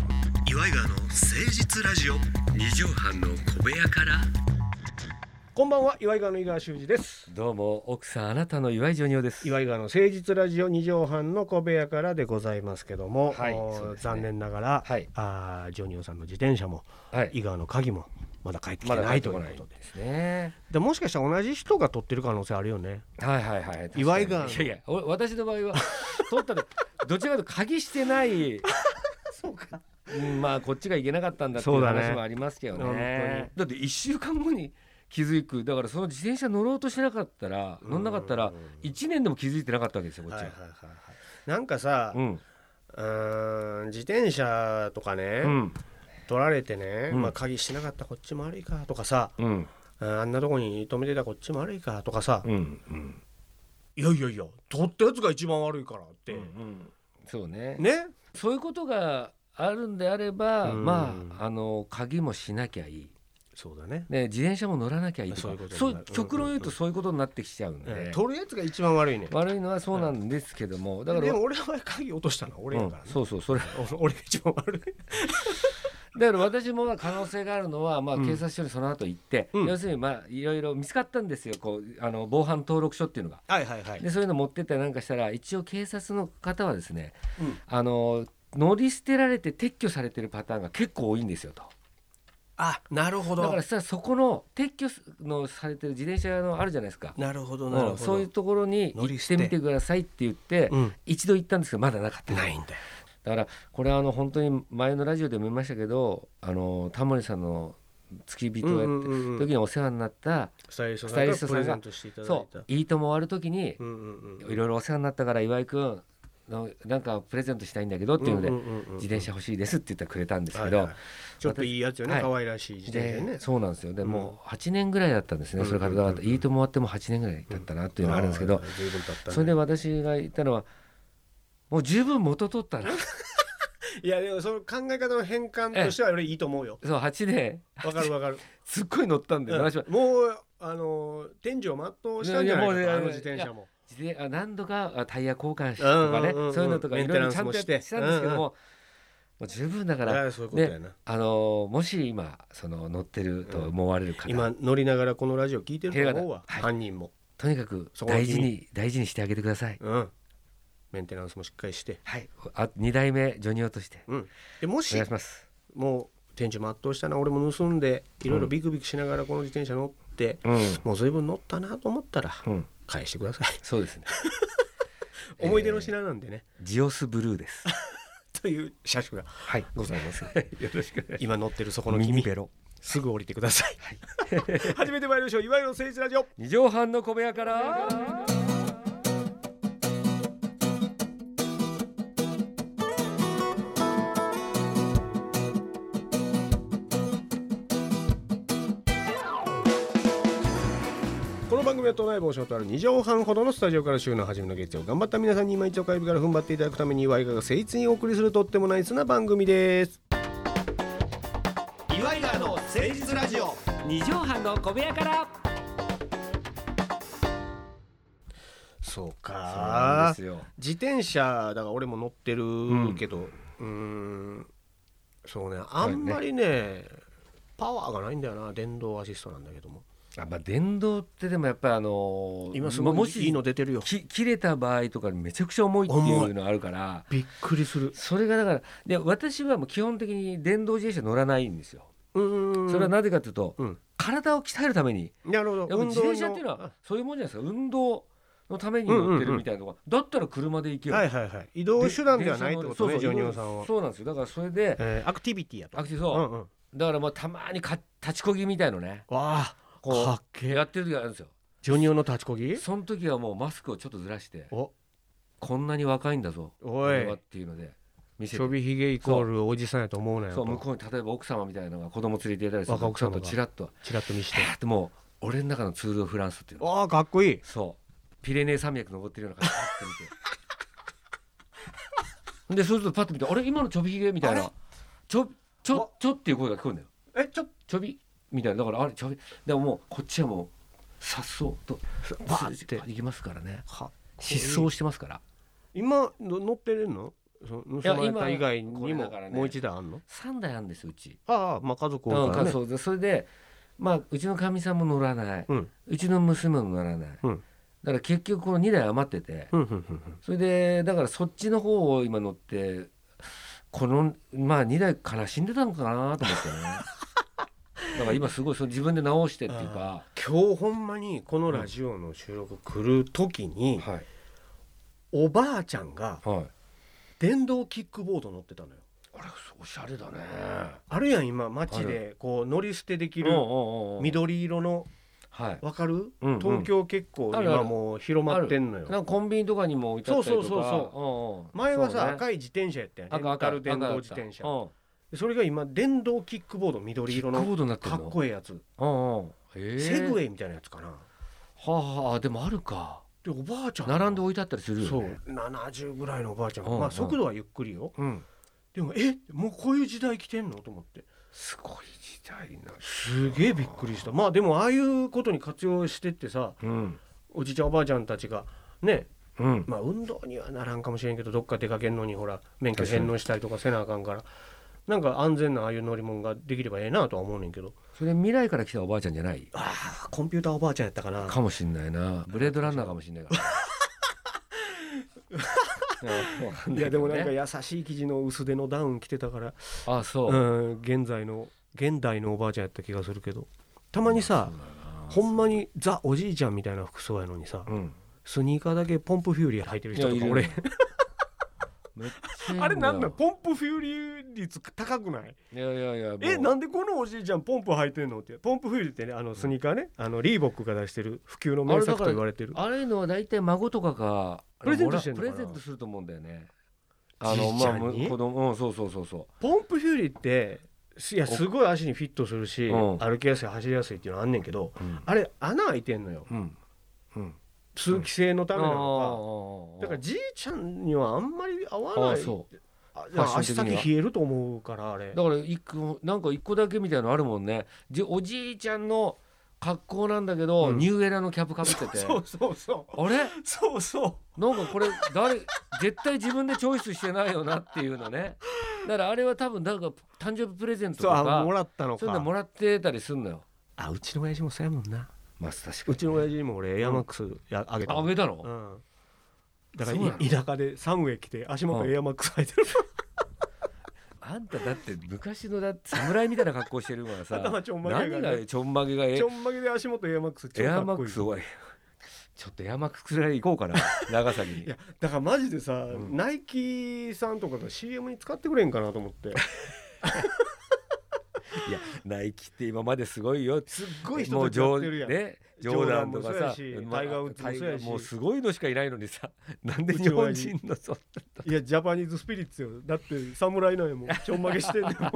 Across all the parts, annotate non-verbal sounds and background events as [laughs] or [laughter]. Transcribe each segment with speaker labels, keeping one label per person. Speaker 1: イガーの誠実ラジオ
Speaker 2: 二畳半の小部屋から
Speaker 3: こんばんは岩井川の井川修司です
Speaker 2: どうも奥さんあなたの岩井ジョニ男です
Speaker 3: 岩井川の誠実ラジオ二畳半の小部屋からでございますけども、
Speaker 2: はい
Speaker 3: おー
Speaker 2: そうですね
Speaker 3: 残念ながら、
Speaker 2: はい
Speaker 3: あージョニオさんの自転車も、
Speaker 2: はい
Speaker 3: 井川の鍵もまだ帰ってきて
Speaker 2: まだ
Speaker 3: な
Speaker 2: 帰っ
Speaker 3: い
Speaker 2: て
Speaker 3: という
Speaker 2: こ
Speaker 3: こ
Speaker 2: ない
Speaker 3: とで
Speaker 2: ですね
Speaker 3: でもしかしたら同じ人が取ってる可能性あるよね
Speaker 2: はいはいはい
Speaker 3: 岩井川
Speaker 2: 確かにいやいやお私の場合は [laughs] 取ったのどちらかというと鍵してない [laughs] そうかまあこっちがいけなかったんだってい
Speaker 3: そううだね
Speaker 2: 話もありますけど
Speaker 3: 本
Speaker 2: ねだって一週間後に気づくだからその自転車乗ろうとしてなかったら乗んなかった
Speaker 3: う
Speaker 2: ら
Speaker 3: ん
Speaker 2: 一年でも気づいてなかったわけですよこっちは、
Speaker 3: なんかさ、う
Speaker 2: うん
Speaker 3: ーん自転車とかね、
Speaker 2: うん
Speaker 3: 取られてね、
Speaker 2: うん
Speaker 3: まあ、鍵してなかったこっちも悪いかとかさ
Speaker 2: うん
Speaker 3: あーあんなとこに止めてたこっちも悪いかとかさ、
Speaker 2: うんうん
Speaker 3: いやいやいや取ったやつが一番悪いからって、
Speaker 2: うんそうね
Speaker 3: ね
Speaker 2: そういうことがあるんであれば、
Speaker 3: うん
Speaker 2: まああの鍵もしなきゃいい、
Speaker 3: そうだね
Speaker 2: ね、自転車も乗らなきゃいいとか
Speaker 3: そういうことになる
Speaker 2: 極論言うとそういうことになってきちゃうんで、
Speaker 3: 取るやつが一番悪いね
Speaker 2: 悪いのはそうなんですけども、だから
Speaker 3: でも俺は鍵落としたのは俺やから
Speaker 2: う
Speaker 3: ね
Speaker 2: ん、そうそうそれ
Speaker 3: お俺が一番悪い
Speaker 2: だから私もまあ可能性があるのは、まあ、警察署にその後行って、
Speaker 3: うん
Speaker 2: 要するにまあいろいろ見つかったんですよこうあの防犯登録書っていうのが。
Speaker 3: はいはいは
Speaker 2: でそういうの持ってったりなんかしたら一応警察の方はですね、
Speaker 3: うん
Speaker 2: あの乗り捨てられて撤去されてるパターンが結構多いんですよと。
Speaker 3: あなるほ
Speaker 2: だ
Speaker 3: ど
Speaker 2: からさそこの撤去すのされてる自転車のあるじゃないですか。
Speaker 3: なるほどなる
Speaker 2: う
Speaker 3: ほ
Speaker 2: ん
Speaker 3: ど
Speaker 2: そういうところに行
Speaker 3: 乗り
Speaker 2: っ
Speaker 3: 捨
Speaker 2: て
Speaker 3: て
Speaker 2: みてくださいって言って、
Speaker 3: うん
Speaker 2: 一度行ったんですけどまだなかった
Speaker 3: ないんだよ
Speaker 2: だからこれはあの本当に前のラジオでも言いましたけどあのタモリさんの付き人をやってる時にお世話になった、
Speaker 3: スタイリスト
Speaker 2: スタイリストさんが
Speaker 3: トしていた
Speaker 2: そう「いいとも」終わる時に、
Speaker 3: うんうんうん
Speaker 2: いろいろお世話になったから岩井君のなんかプレゼントしたいんだけど」っていうので、
Speaker 3: うんうんうんうん
Speaker 2: 自転車欲しいです」って言ったらくれたんですけど、
Speaker 3: はいはいちょっといいやつよ
Speaker 2: は
Speaker 3: ね
Speaker 2: い
Speaker 3: 可愛らしい自転車ね
Speaker 2: でそうなんですよで、もう8年ぐらいだったんですねそれからだから「いいとも」終わっても8年ぐらい経ったなっていうのがあるんですけど、
Speaker 3: ー随分経ったね
Speaker 2: それで私が言ったのは「もう十分元
Speaker 3: [laughs]
Speaker 2: 取ったな」
Speaker 3: いやでもその考え方の変換としては俺いいと思うよ
Speaker 2: そう8年
Speaker 3: わかるわかる
Speaker 2: すっごい乗ったんで、
Speaker 3: うん
Speaker 2: 私は
Speaker 3: もうあのー天井全うしたんじゃない
Speaker 2: い
Speaker 3: かとあ
Speaker 2: やいやもうね
Speaker 3: の自転車も
Speaker 2: 自転あ何度かあタイヤ交換しとかね、
Speaker 3: うんうんうんうん
Speaker 2: そういうのとかいろいろちゃんとや
Speaker 3: メン
Speaker 2: っ
Speaker 3: テナンスもして
Speaker 2: したんですけども、もう十分だか、
Speaker 3: だかららそういうことやな
Speaker 2: あのーもし今その乗ってると思われる方、
Speaker 3: 今乗りながらこのラジオ聞いてると思うわ、
Speaker 2: はい
Speaker 3: 犯人も、
Speaker 2: とにかく
Speaker 3: そこの
Speaker 2: 大
Speaker 3: 君
Speaker 2: 事に大事にしてあげてください。
Speaker 3: うん、メンテナンスもしっかりして、
Speaker 2: はい、あ二代目ジョニオとして
Speaker 3: うん、でも
Speaker 2: お
Speaker 3: し
Speaker 2: 願いします。
Speaker 3: もう店長全うしたな俺も盗んでいろいろビクビクしながらこの自転車乗って、
Speaker 2: うん、
Speaker 3: もう随分乗ったなと思ったら
Speaker 2: うん、
Speaker 3: 返してくださ
Speaker 2: [laughs]
Speaker 3: い、
Speaker 2: そうですね。
Speaker 3: 思い出の品なんでね、
Speaker 2: ジオスブルーです。 [laughs]
Speaker 3: という車種が
Speaker 2: はい、ございます。よ
Speaker 3: [laughs]
Speaker 2: ろしくお願いし
Speaker 3: 今乗ってるそこ
Speaker 2: ま
Speaker 3: の
Speaker 2: す。ミニ
Speaker 3: 君
Speaker 2: ベロ。
Speaker 3: すぐ降りてください、 [laughs] 初めて参りましょういわゆる政治ラジオ
Speaker 2: 二畳半の小部屋から。
Speaker 3: この番組は都内某所とある2畳半ほどのスタジオから週の初めの月曜頑張った皆さんに今一度火曜日から踏ん張っていただくために岩井川が誠実にお送りするとってもナイスな番組です岩井川の誠実ラジオ
Speaker 2: 二畳半の小部屋から。
Speaker 3: そう
Speaker 2: そうなん
Speaker 3: か
Speaker 2: ですよ。
Speaker 3: 自転車だから俺も乗って
Speaker 2: ん
Speaker 3: るけどうーんそうねあんまりねパワーがないんだよな電動アシストなんだけども
Speaker 2: あまあ、電動ってでもやっぱりあのー
Speaker 3: 今す
Speaker 2: まあも
Speaker 3: ごい
Speaker 2: し
Speaker 3: いいの出てるよ
Speaker 2: き切れた場合とかめちゃくちゃ重いっていうのあるから
Speaker 3: びっくりする
Speaker 2: それがだからで私はもう基本的に電動自転車乗らないんですよ。
Speaker 3: うーん
Speaker 2: それはなぜかというと、
Speaker 3: うん
Speaker 2: 体を鍛えるために
Speaker 3: なるほど
Speaker 2: やっぱ自転車っていうの
Speaker 3: 運動
Speaker 2: はそういうもんじゃないですか運動のために乗ってるみたいなとこ、だったら車で行けよ。
Speaker 3: はいはいはい移動手段ではないってことね
Speaker 2: 電車
Speaker 3: ジョ
Speaker 2: 乗
Speaker 3: ニ
Speaker 2: る
Speaker 3: オ
Speaker 2: そ
Speaker 3: さ
Speaker 2: うそうん
Speaker 3: は、
Speaker 2: そうなんですよだからそれで
Speaker 3: えーアクティビティやと
Speaker 2: アクティブそう、
Speaker 3: うんうんわ
Speaker 2: だからまあたまにか立ちこぎみたいのね
Speaker 3: あ
Speaker 2: こう
Speaker 3: かっけえ
Speaker 2: やってる時があるんですよ。
Speaker 3: ジョニオの立ちこぎ
Speaker 2: その時はもうマスクをちょっとずらして
Speaker 3: お
Speaker 2: こんなに若いんだぞ
Speaker 3: お
Speaker 2: 俺はっ
Speaker 3: い
Speaker 2: ていうので見せ
Speaker 3: ち
Speaker 2: て
Speaker 3: ょびひげイコールおじさんやと思うなよ
Speaker 2: そう向
Speaker 3: と
Speaker 2: こうに例えば奥様みたいなのが子供連れていたりする
Speaker 3: 若
Speaker 2: と
Speaker 3: 奥
Speaker 2: ちょ
Speaker 3: 様
Speaker 2: っ
Speaker 3: が
Speaker 2: とちらっと
Speaker 3: チラッと見し
Speaker 2: パ
Speaker 3: て
Speaker 2: ーッともう俺の中のツール・ド・フランスっていう
Speaker 3: [laughs]
Speaker 2: の
Speaker 3: わあかっこいい
Speaker 2: そうピレネー山脈登ってるような感じでパッと見てでそうするとパッと見てあれ今のちょびひげみたい
Speaker 3: あ
Speaker 2: な
Speaker 3: れ
Speaker 2: ちょちょちょっていう声が聞こえるんだよ
Speaker 3: えちょっ
Speaker 2: ちょびみたいなだからあれちょびでももうこっちはもうさっそうと
Speaker 3: バーって
Speaker 2: いきますからね
Speaker 3: は
Speaker 2: 失踪してますから
Speaker 3: 今の乗ってるのその盗まれた以外
Speaker 2: い
Speaker 3: に
Speaker 2: や今これ
Speaker 3: も、
Speaker 2: だからね
Speaker 3: もう一台あんの
Speaker 2: 3台あるんですようち。
Speaker 3: ああまあ家族
Speaker 2: う
Speaker 3: 多
Speaker 2: ん
Speaker 3: いからね
Speaker 2: そうでそれで、まあ、うちのかみさんも乗らない、
Speaker 3: うん
Speaker 2: うちの娘も乗らない、
Speaker 3: うん
Speaker 2: だから結局この2台余ってて
Speaker 3: うんうんうん
Speaker 2: それでだからそっちの方を今乗ってこのまあ2台悲しんでたのかなと思ってねだから今すごいその自分で直してっていうか、
Speaker 3: 今日ほんまにこのラジオの収録来る時に、
Speaker 2: はい
Speaker 3: おばあちゃんが
Speaker 2: はい、
Speaker 3: 電動キックボード乗ってたのよ
Speaker 2: あれおしゃれだね
Speaker 3: あるやん今街でこう乗り捨てでき
Speaker 2: うんう
Speaker 3: る
Speaker 2: んうんうん
Speaker 3: 緑色の
Speaker 2: はい
Speaker 3: わかる、
Speaker 2: うんうん
Speaker 3: 東京結構
Speaker 2: あるあ
Speaker 3: 今
Speaker 2: る
Speaker 3: もう広まってんのよ
Speaker 2: なんかコンビニとかにも置いてあったりとか
Speaker 3: そうそうそう
Speaker 2: そ
Speaker 3: 前はさ、
Speaker 2: そうね
Speaker 3: 赤い自転車やったやん
Speaker 2: 赤
Speaker 3: レン
Speaker 2: 赤
Speaker 3: タル電動自転車
Speaker 2: 赤だった
Speaker 3: でそれが今電動キックボード緑色
Speaker 2: うん、キックボ
Speaker 3: の
Speaker 2: ードになってる
Speaker 3: か
Speaker 2: の
Speaker 3: っこええやつ、
Speaker 2: うんうんへえ
Speaker 3: セグウェイみたいなやつかな
Speaker 2: はあ、はあ、でもあるか
Speaker 3: でおばあちゃん
Speaker 2: 並んで置いてあったりするよね
Speaker 3: そう70ぐらいのおばあちゃんが、
Speaker 2: うんうん
Speaker 3: まあ、速度はゆっくりよ
Speaker 2: うん
Speaker 3: でもえもうこういう時代来てんのと思って
Speaker 2: すごい時代な
Speaker 3: すげえびっくりしたまあでもああいうことに活用してってさ
Speaker 2: うん
Speaker 3: おじいちゃんおばあちゃんたちがね
Speaker 2: うん
Speaker 3: まあ運動にはならんかもしれんけどどっか出かけんのにほら免許返納したりとかせなあかんからなんか安全なああいう乗り物ができればええなとは思うねんけど
Speaker 2: それ未来から来たおばあちゃんじゃない
Speaker 3: ああコンピューターおばあちゃんやったかな
Speaker 2: かもしんないなブレードランナーかもしんないからうんわ
Speaker 3: [laughs]
Speaker 2: か
Speaker 3: い
Speaker 2: け
Speaker 3: やで
Speaker 2: ど
Speaker 3: も
Speaker 2: ね
Speaker 3: なんか優しい生地の薄手のダウン着てたから
Speaker 2: あそう、
Speaker 3: うん現在の現代のおばあちゃんやった気がするけどたまにさ
Speaker 2: そうだな
Speaker 3: ほんまにザおじいちゃんみたいな服装やのにさ
Speaker 2: うん
Speaker 3: スニーカーだけポンプフューリー履いてる人と
Speaker 2: い
Speaker 3: か
Speaker 2: やいる
Speaker 3: [laughs] 俺
Speaker 2: めっちゃいいだよ
Speaker 3: あれなんなんポンプフューリー率高くない
Speaker 2: いやいやいやもう
Speaker 3: えなんでこのおじいちゃんポンプ履いてんのってポンプフューリーってねあのスニーカーねあのリーボックが出してる普及の名作と言われてる
Speaker 2: あれいうのは大体孫とかが
Speaker 3: プレゼントしてんの
Speaker 2: プ
Speaker 3: かな
Speaker 2: レゼントすると思うんだよね
Speaker 3: じいちゃん
Speaker 2: まあ
Speaker 3: に
Speaker 2: 子供うんそうそうそうそう
Speaker 3: ポンプフューリーってすいやすごい足にフィットするし
Speaker 2: うん
Speaker 3: 歩きやすい走りやすいっていうのあんねんけど
Speaker 2: うん
Speaker 3: あれ穴開いてんのよ
Speaker 2: うんうん
Speaker 3: 通気性のためなのかだか
Speaker 2: だからら
Speaker 3: じいちゃんにはあんまり合
Speaker 2: あ
Speaker 3: わ
Speaker 2: あ
Speaker 3: ない
Speaker 2: そう
Speaker 3: あじゃあ
Speaker 2: ファッシ
Speaker 3: 足
Speaker 2: ョン
Speaker 3: 先
Speaker 2: 的には
Speaker 3: 冷えると思うからあれ
Speaker 2: だから一個なんか一個だけみたいなのあるもんねじおじいちゃんの格好なんだけど、
Speaker 3: うん
Speaker 2: ニューエラのキャップかぶってて
Speaker 3: そうそうそう
Speaker 2: あれ
Speaker 3: そうそ
Speaker 2: なんかこれ誰絶対自分でチョイスしてないよなっていうのねだからあれは多分なんか誕生日プレゼン
Speaker 3: う
Speaker 2: トと
Speaker 3: あも
Speaker 2: から
Speaker 3: ったの
Speaker 2: そういうの
Speaker 3: か
Speaker 2: もらってたりすんのよ
Speaker 3: あうちの親父もそうやもんな
Speaker 2: まあ確か
Speaker 3: うちの親父にも俺エアマックスやあげた
Speaker 2: あ
Speaker 3: もん
Speaker 2: げたの、
Speaker 3: うんだか
Speaker 2: そうな
Speaker 3: ら
Speaker 2: の
Speaker 3: い田舎でサムウェイ来て足元
Speaker 2: うん
Speaker 3: エアマックス履いてる
Speaker 2: あんただって昔のだって侍みたいな格好してるからさ
Speaker 3: 頭ちょんまげやから
Speaker 2: 何
Speaker 3: ね
Speaker 2: がちょんまげがえ
Speaker 3: ちょんまげで足元エアマックス超
Speaker 2: エ
Speaker 3: か
Speaker 2: ア
Speaker 3: っこ
Speaker 2: マ
Speaker 3: いい
Speaker 2: ックスおいちょっとエアマックスぐらい行こうかな長崎に
Speaker 3: いやだからマジでさ、
Speaker 2: ん
Speaker 3: ナイキさんとかが CM に使ってくれんかなと思って
Speaker 2: いやナイキって今まですごいよ
Speaker 3: すっごい人
Speaker 2: も
Speaker 3: た
Speaker 2: う
Speaker 3: ちや
Speaker 2: 冗
Speaker 3: ってるやん、
Speaker 2: ね
Speaker 3: ジョ
Speaker 2: ジ
Speaker 3: ー
Speaker 2: ョー
Speaker 3: ダ
Speaker 2: ダ
Speaker 3: ン
Speaker 2: ン
Speaker 3: も
Speaker 2: と
Speaker 3: そう
Speaker 2: か
Speaker 3: や
Speaker 2: さ
Speaker 3: し
Speaker 2: まあ
Speaker 3: タイガーウッズもそうやし
Speaker 2: タイガーもうすごいのしかいないのにさなんで
Speaker 3: う
Speaker 2: 日
Speaker 3: ちの
Speaker 2: 本
Speaker 3: 親父
Speaker 2: 人のそん
Speaker 3: いやジャパニーズスピリッツよだって侍なんやもんちょんまげしてんねんもん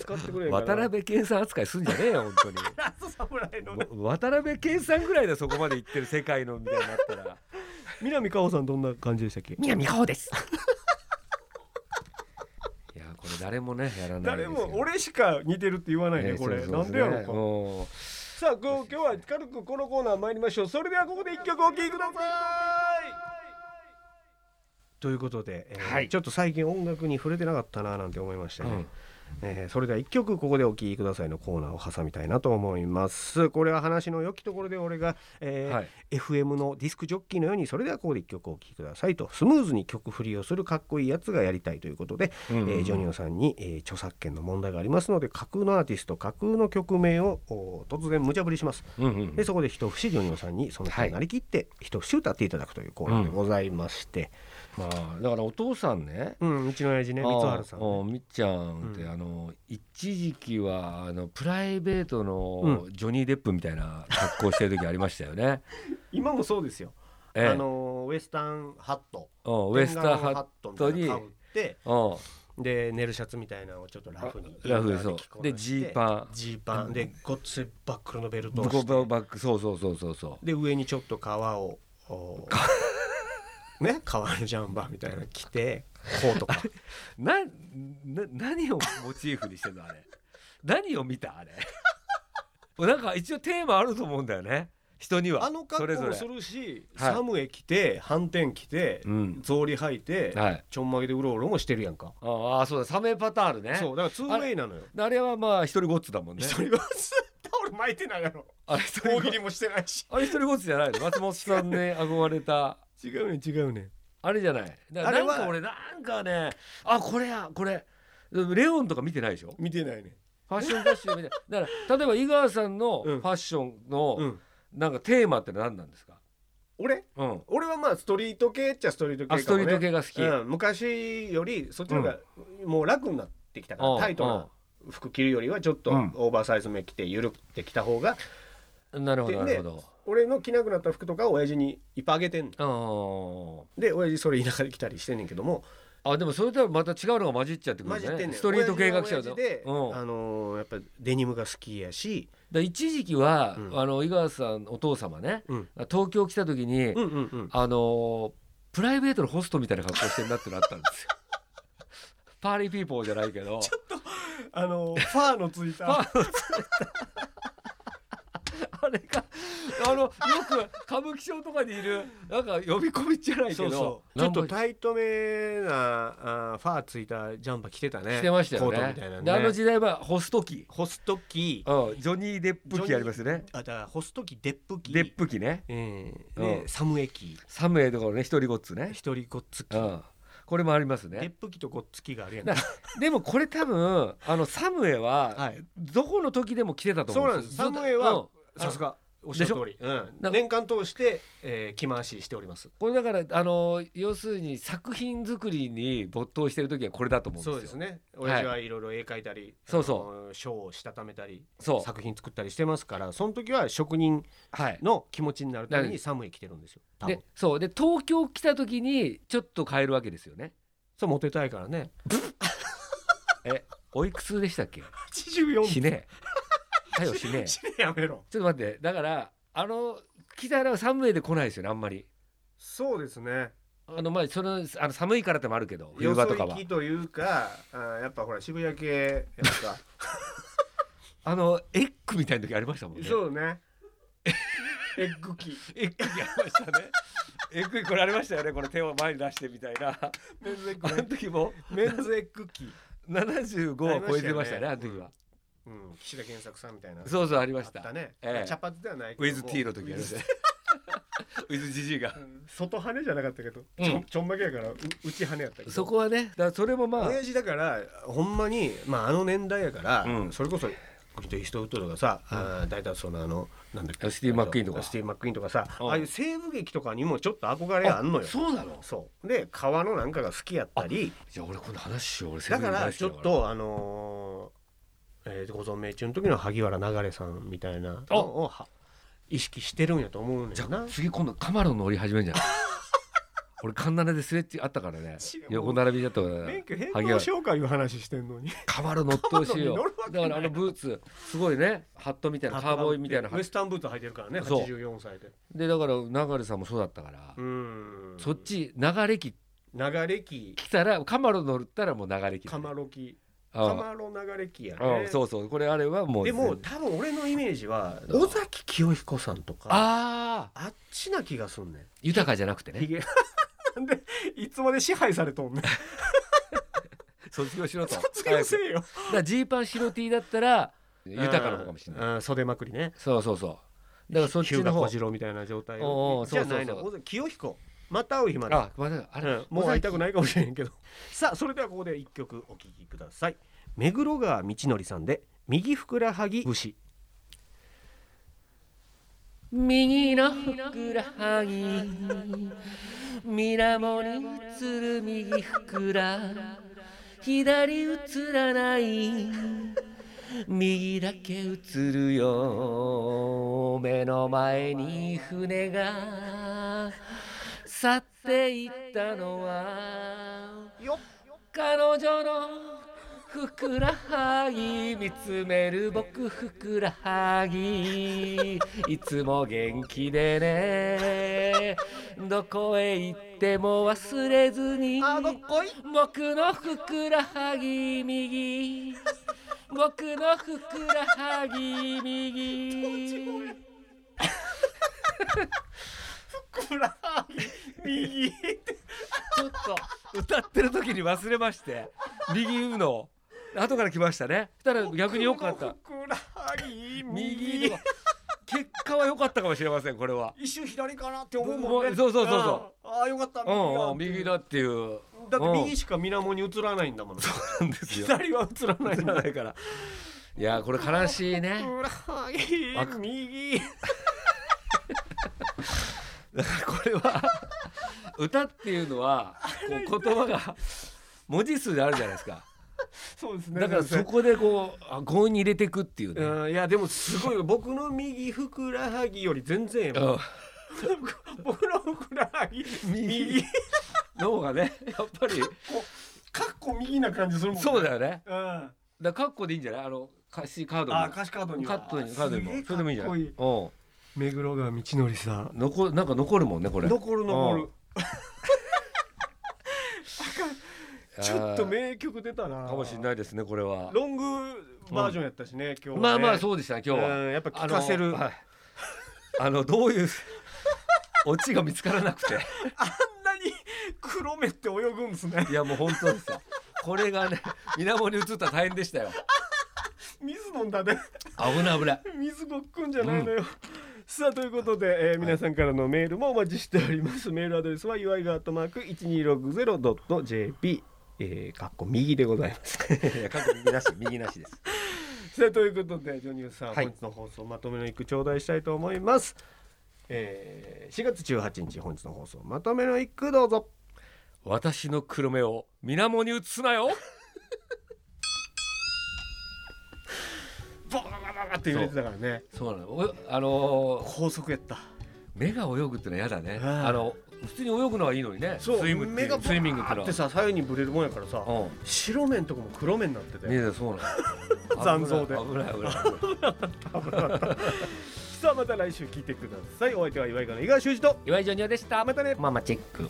Speaker 3: 使ってくれん
Speaker 2: な
Speaker 3: かな
Speaker 2: 渡辺謙さん扱いすんじゃねえよ本
Speaker 3: ラスト侍
Speaker 2: 当
Speaker 3: のね
Speaker 2: にわ渡辺謙さんぐらいでそこまで行ってる世界のみたいになったら
Speaker 3: 南果歩さんどんな感じでしたっけ
Speaker 2: 南川ですいやこれ誰もねやらないで
Speaker 3: 誰
Speaker 2: すよ
Speaker 3: も俺しか似てるって言わないね
Speaker 2: ね
Speaker 3: これ
Speaker 2: そうそう
Speaker 3: な
Speaker 2: そ
Speaker 3: ん
Speaker 2: う
Speaker 3: でやろうか
Speaker 2: もう
Speaker 3: さあこう今日は軽くこのコーナー参りましょうそれではここで一曲お聴きくださいということで、えー
Speaker 2: はい
Speaker 3: ちょっと最近音楽に触れてなかったななんて思いましたね、
Speaker 2: うん
Speaker 3: えーそれでは一曲ここでお聴きくださいのコーナーを挟みたいなと思いますこれは話の良きところで俺が、えー
Speaker 2: はい
Speaker 3: FM のディスクジョッキーのようにそれではここで一曲お聴きくださいとスムーズに曲振りをするかっこいいやつがやりたいということで、
Speaker 2: うんうんうん
Speaker 3: えージョニオさんに、えー著作権の問題がありますので架空のアーティスト架空の曲名をお突然無茶ぶりします
Speaker 2: うんうん
Speaker 3: でそこで一節ジョニオさんにその人になりきって一節歌っていただくというコーナーでございまして、
Speaker 2: まあだからお父さんね
Speaker 3: うんうちの親父ね
Speaker 2: あ
Speaker 3: 光晴さんね、
Speaker 2: うんみっちゃんって、
Speaker 3: うん
Speaker 2: あの一時期はあのプライベート
Speaker 3: う
Speaker 2: のジョニー・デップみたいな格好してる時ありましたよね。
Speaker 3: 今もそうですよ、
Speaker 2: ええ
Speaker 3: あのーウエスタンハット
Speaker 2: うんウエスターハ
Speaker 3: ッ
Speaker 2: トに
Speaker 3: みたいなの被って
Speaker 2: ッ
Speaker 3: で寝るシャツみたいなのをちょっとラフに
Speaker 2: あラフでそう
Speaker 3: 着こなして
Speaker 2: でジーパン
Speaker 3: ジーパンでごっついバックルのベル
Speaker 2: う
Speaker 3: ト
Speaker 2: ん
Speaker 3: をし
Speaker 2: ゴ
Speaker 3: て
Speaker 2: ババックそうそうそうそうそ
Speaker 3: で上にちょっと革をおー [laughs] ね革のジャンバーみたいなの着てこうとか
Speaker 2: うなな何をモチーフにしてん
Speaker 3: [laughs]
Speaker 2: [laughs] のあれ何を見たあれなんか一応テーマあると思うんだよね人には
Speaker 3: あの
Speaker 2: そ
Speaker 3: 格
Speaker 2: れ
Speaker 3: 好
Speaker 2: ぞ
Speaker 3: も
Speaker 2: れ
Speaker 3: するし
Speaker 2: はい
Speaker 3: サムエ着て反転着て
Speaker 2: うん
Speaker 3: 草履履いて
Speaker 2: はい
Speaker 3: ちょんまげでうろうろもしてるやんか
Speaker 2: ああそうだサメパターンあるね
Speaker 3: そうだからツーウェイなのよ
Speaker 2: あれはまあ一人ごっつだもんね
Speaker 3: 一人はずっとタオル巻いてないや
Speaker 2: [laughs]
Speaker 3: ろ
Speaker 2: あれ一人ご
Speaker 3: 大喜利もしてないし
Speaker 2: あれ一人ごっつじゃないの松本さん
Speaker 3: [laughs]
Speaker 2: ね憧れた
Speaker 3: 違うね違うね
Speaker 2: あれじゃないだ
Speaker 3: あ
Speaker 2: から
Speaker 3: れ
Speaker 2: な
Speaker 3: は
Speaker 2: んか俺なんかねあこれやこれレオンとか見てないでしょ
Speaker 3: 見てないね
Speaker 2: ファッション雑誌
Speaker 3: [laughs]
Speaker 2: を見てだから例えば井川さんの
Speaker 3: う
Speaker 2: フ
Speaker 3: ん
Speaker 2: ァッションの、
Speaker 3: うん
Speaker 2: なんかテーマって何なんですか
Speaker 3: 俺
Speaker 2: うん
Speaker 3: 俺はまあストリート系っちゃストリート系かも
Speaker 2: あ
Speaker 3: ね
Speaker 2: ストリート系が好き、
Speaker 3: うん、昔よりそっちの方がもう楽になってきたから、
Speaker 2: うん
Speaker 3: タイトな服着るよりはちょっと
Speaker 2: うん
Speaker 3: オーバーサイズめ着て緩くて着た方が、
Speaker 2: なるほど
Speaker 3: で
Speaker 2: な
Speaker 3: ね
Speaker 2: るほど
Speaker 3: 俺の着なくなった服とかを親父にいっぱいあげてんの
Speaker 2: あ
Speaker 3: で親父それ田舎で着たりしてんねんけども
Speaker 2: ああでもそれとはまた違うのが混じっちゃってくる
Speaker 3: 混
Speaker 2: ね
Speaker 3: じってんねん
Speaker 2: ストリート系が来ちゃう
Speaker 3: 親
Speaker 2: と、
Speaker 3: 父は親父で、
Speaker 2: うん、
Speaker 3: あのーやっぱデニムが好きやし、
Speaker 2: だ一時期は、
Speaker 3: うん
Speaker 2: あの井川さんお父様ね
Speaker 3: うん、
Speaker 2: 東京来た時に、
Speaker 3: うんうんうん
Speaker 2: あのープライベートのホストみたいな格好してんなってなったんですよ
Speaker 3: [laughs]
Speaker 2: パーリーピーポーじゃないけど
Speaker 3: あのーファーのついた
Speaker 2: ああれがあのよく歌舞伎町とかにいるなんか呼び込みじゃないけど
Speaker 3: そうそうちょっとタイトめなあーファーついたジャンパー着てたね
Speaker 2: してましたよ
Speaker 3: コート
Speaker 2: ね
Speaker 3: みたいな
Speaker 2: であの
Speaker 3: ね
Speaker 2: 時代はホスト機
Speaker 3: ホストキ
Speaker 2: うんジョニー・デップ機ありますね
Speaker 3: あだからホスト機デップ機
Speaker 2: デップ機ね
Speaker 3: ええ
Speaker 2: う
Speaker 3: で
Speaker 2: ん
Speaker 3: サムエキ
Speaker 2: サムエイとかのね一人ごっつね、
Speaker 3: 一人ごっつき、
Speaker 2: うん、これもあります
Speaker 3: デッ
Speaker 2: ね
Speaker 3: プ機とごっつきがあるやん
Speaker 2: なでもこれ多分あのサムエは
Speaker 3: はい
Speaker 2: どこの時でも着てたと
Speaker 3: そ
Speaker 2: 思
Speaker 3: う
Speaker 2: う
Speaker 3: なんですサムエは
Speaker 2: ずっとうん
Speaker 3: さすがおっしゃる通り、うん
Speaker 2: な
Speaker 3: 年間通して、えー、着回ししております
Speaker 2: これだからあの要するに作品作りに没頭してる時はこれだと思うんですよ
Speaker 3: そうですね親父はいろいろ絵描いたり、
Speaker 2: そうそう
Speaker 3: あの書をしたためたり
Speaker 2: そう
Speaker 3: 作品作ったりしてますからその時は職人
Speaker 2: はい
Speaker 3: の気持ちになるため
Speaker 2: な
Speaker 3: に
Speaker 2: る
Speaker 3: サムエ着てるんですよ多分
Speaker 2: でそうで東京来た時にちょっと変えるわけですよね
Speaker 3: そうモテたいからね
Speaker 2: えおいくつでしたっけ
Speaker 3: 84
Speaker 2: 死ねえはよ
Speaker 3: [laughs]
Speaker 2: 死ねえ
Speaker 3: 死ねやめろ
Speaker 2: ちょっと待ってだからあの来たら寒いで来ないですよねあんまり
Speaker 3: そうですね
Speaker 2: あのまあそのあの寒いからってもあるけど冬
Speaker 3: よ
Speaker 2: 場
Speaker 3: そ
Speaker 2: とかは
Speaker 3: 行きというかあーやっぱほら渋谷系やっぱ
Speaker 2: あのエッグみたいな時ありました [laughs] もんね
Speaker 3: そうね。エッグ機。
Speaker 2: エッグやりましたね [laughs] エッグこれありましたよねこの手を前に出してみたい [laughs] [laughs] なあ
Speaker 3: メンズエッグ
Speaker 2: の
Speaker 3: ね。
Speaker 2: 時も
Speaker 3: メンズエッグ機。
Speaker 2: 75は超えてましたねあ
Speaker 3: あ
Speaker 2: の
Speaker 3: りましたよね
Speaker 2: 時は、
Speaker 3: うん、岸田健作さんみたいな。
Speaker 2: そうそうありま
Speaker 3: あっ
Speaker 2: した
Speaker 3: たね。
Speaker 2: ええ
Speaker 3: 茶髪ではないけ
Speaker 2: ウ
Speaker 3: ども。
Speaker 2: ィズ T の時ありましたね [laughs] ウィズジジイが
Speaker 3: うん外羽じゃなかったけど、
Speaker 2: うん
Speaker 3: ちょちょんまげやからう内羽やったけど
Speaker 2: そこはねだからそれもまあ
Speaker 3: 親父だからほんまに、まあ、あの年代やから、
Speaker 2: うん
Speaker 3: それこそイーストウッドとかさ、あー大体そのあのなんだっけ
Speaker 2: スティーブマックイーンとか
Speaker 3: スティーブマックイーンとかさ、
Speaker 2: うん
Speaker 3: ああいう西部劇とかにもちょっと憧れあんのよ
Speaker 2: そうなの
Speaker 3: そうで川のなんかが好きやったり
Speaker 2: じゃあ俺この話しよう俺セブ
Speaker 3: だ
Speaker 2: ン
Speaker 3: から
Speaker 2: 大好き
Speaker 3: ちょっとあのーえーご存命中の時の萩原流さんみたいなのをは意識してるんやと思うねん
Speaker 2: じゃ
Speaker 3: だ
Speaker 2: あ
Speaker 3: な。
Speaker 2: 次今度カマロン乗り始めんじゃない [laughs] 俺カンナナですれ違あったからね
Speaker 3: [laughs] 違う
Speaker 2: 横並びだったから
Speaker 3: 免
Speaker 2: ね
Speaker 3: 許返
Speaker 2: 萩
Speaker 3: 納
Speaker 2: 原
Speaker 3: しようかいう話してんのに
Speaker 2: カマロン乗ってほしい
Speaker 3: カマロンに乗
Speaker 2: よ
Speaker 3: るわけな
Speaker 2: だ
Speaker 3: い
Speaker 2: からあのブーツすごいねハットみたいなカーボーイみたいな
Speaker 3: ウエスタンブーツ履いてるからね
Speaker 2: そう
Speaker 3: 84歳で
Speaker 2: でだから流さんもそうだったから
Speaker 3: うん
Speaker 2: そっち流れ機
Speaker 3: 流れ期
Speaker 2: 来たらカマロン乗ったらもう流れ機だ
Speaker 3: カ
Speaker 2: ね
Speaker 3: マロ期
Speaker 2: ああ
Speaker 3: カマロ流れ期や
Speaker 2: あ
Speaker 3: ね
Speaker 2: そうそうこれあれはもう
Speaker 3: でも多分俺のイメージは
Speaker 2: うん
Speaker 3: 尾崎清彦さんとか
Speaker 2: ああ
Speaker 3: あっちな気がすんねん
Speaker 2: 豊かじゃなくて
Speaker 3: ひ
Speaker 2: ね
Speaker 3: げなんでいつまで支配されとんねん
Speaker 2: 卒業しろ
Speaker 3: [laughs]
Speaker 2: と
Speaker 3: 卒業せ
Speaker 2: 早く
Speaker 3: えよ
Speaker 2: だからジーパン白 T だったら豊かの方かもしれない
Speaker 3: ない袖まくりね
Speaker 2: そうそうそうだからそっちの方
Speaker 3: 小次郎みたいな状態
Speaker 2: おうお
Speaker 3: を
Speaker 2: う
Speaker 3: じゃあ
Speaker 2: そう
Speaker 3: な
Speaker 2: そう
Speaker 3: い
Speaker 2: そう
Speaker 3: の清彦また会う日まで
Speaker 2: あ、まだあれ、
Speaker 3: うんもう会いたく
Speaker 2: い。
Speaker 3: ないかもしれんけど [laughs] さあそれではここで一曲お聴きください目黒川道則さんで右ふくらはぎ節
Speaker 2: 右のふくらはぎ、水面に映る右ふくら、左映らない、右だけ映るよ。目の前に船が去っていったのは、
Speaker 3: よ
Speaker 2: 彼女のふくらはぎ見つめる僕ふくらはぎいつも元気でねどこへ行っても忘れずに
Speaker 3: あどっこい
Speaker 2: 僕のふくらはぎ右僕のふくらはぎ右
Speaker 3: ふくらはぎ右って
Speaker 2: ちょっと歌ってる時に忘れまして右言うの後から来ましたねしたら逆に良かった
Speaker 3: ふくらはぎ
Speaker 2: 右
Speaker 3: 右
Speaker 2: の結果は良かったかもしれませんこれは
Speaker 3: 一瞬左かなって思うもんね
Speaker 2: そうそうそ
Speaker 3: う
Speaker 2: う
Speaker 3: ん
Speaker 2: そ
Speaker 3: ああよかった
Speaker 2: うんうん
Speaker 3: 右だ
Speaker 2: 右だっていう
Speaker 4: だって右しか水面に映らないんだもん
Speaker 2: なん [laughs] です
Speaker 3: [laughs]
Speaker 2: よ
Speaker 3: 左は映らない
Speaker 2: 映らないからいやこれ悲しいね
Speaker 3: ふくらはぎ
Speaker 2: あく
Speaker 3: 右
Speaker 2: だからこれは歌っていうのはこう言葉が文字数であるじゃないですか
Speaker 3: そうですね
Speaker 2: だからそ
Speaker 3: 先
Speaker 2: こでこうあ強引に入れていくっていう
Speaker 3: 生
Speaker 2: ね
Speaker 3: うんいやでもすごい
Speaker 2: [laughs]
Speaker 3: よ僕の右ふくらはぎより全然ええもん僕のふくらはぎ右
Speaker 2: の方がねやっぱり
Speaker 3: かっこ右な感じするもん
Speaker 2: そうだ
Speaker 3: よ
Speaker 2: よね
Speaker 3: うんあ
Speaker 2: だからカッコでいいんじゃないあの歌詞カードも
Speaker 3: 歌詞カードに
Speaker 2: カットにカードにもそれでもいいんじゃない
Speaker 3: い
Speaker 2: うん
Speaker 3: 目黒川道則さん
Speaker 2: 残なんか残るもんねこれ
Speaker 3: 残る残
Speaker 2: う
Speaker 3: る
Speaker 2: ん
Speaker 3: ちょっと
Speaker 2: あー
Speaker 3: 名曲出たな
Speaker 2: かもしれないですねこれは
Speaker 3: ロングバージョンやったしね今日はね
Speaker 2: まあまあ
Speaker 3: う
Speaker 2: そうでしたね今日は
Speaker 3: んやっぱ
Speaker 2: あ
Speaker 3: 聞
Speaker 2: の
Speaker 3: かせる
Speaker 2: はいあのどういうオチが見つからなくて
Speaker 3: あんなに黒目って泳ぐんですね
Speaker 2: いやもう本当ですよこれがね水面に映ったら大変でしたよ
Speaker 3: 水飲んだね
Speaker 2: 危ない危ない
Speaker 3: [laughs] 水ごっくんじゃないのよ、さあということで、えー皆さんからのメールもお待ちしており
Speaker 2: [laughs]
Speaker 3: ます、メールアドレスは祝いがアットマーク 1260.jp えー、かっこ右でございます
Speaker 2: いや過去右なし右なしです
Speaker 3: さあということでジョニーさん、
Speaker 2: はい
Speaker 3: 本日の放送まとめの一句頂戴したいと思います、えー、4月18日本日の放送まとめの一句どうぞ
Speaker 2: 私の黒目を水面に映すなよ
Speaker 3: バカバカバカって揺れてたからね
Speaker 2: そうなのおあのー
Speaker 3: 高速やった
Speaker 2: 目が泳ぐってのは嫌だね
Speaker 3: はい
Speaker 2: あの普通に泳ぐのはいいのにねスイムって
Speaker 3: 目
Speaker 2: い
Speaker 3: が
Speaker 2: うスイミングっての
Speaker 3: バーってさ左右にぶれるもんやからさ
Speaker 2: は
Speaker 3: 白面とかも黒面になって
Speaker 2: う
Speaker 3: て
Speaker 2: んねえそうなの
Speaker 3: 残像で
Speaker 2: 危ない危ない危ない
Speaker 3: さあまた来週聞いてくださいお相手は岩井川の井川修司と
Speaker 2: [laughs] 岩井ジョニオでした
Speaker 3: またね
Speaker 2: ママチェック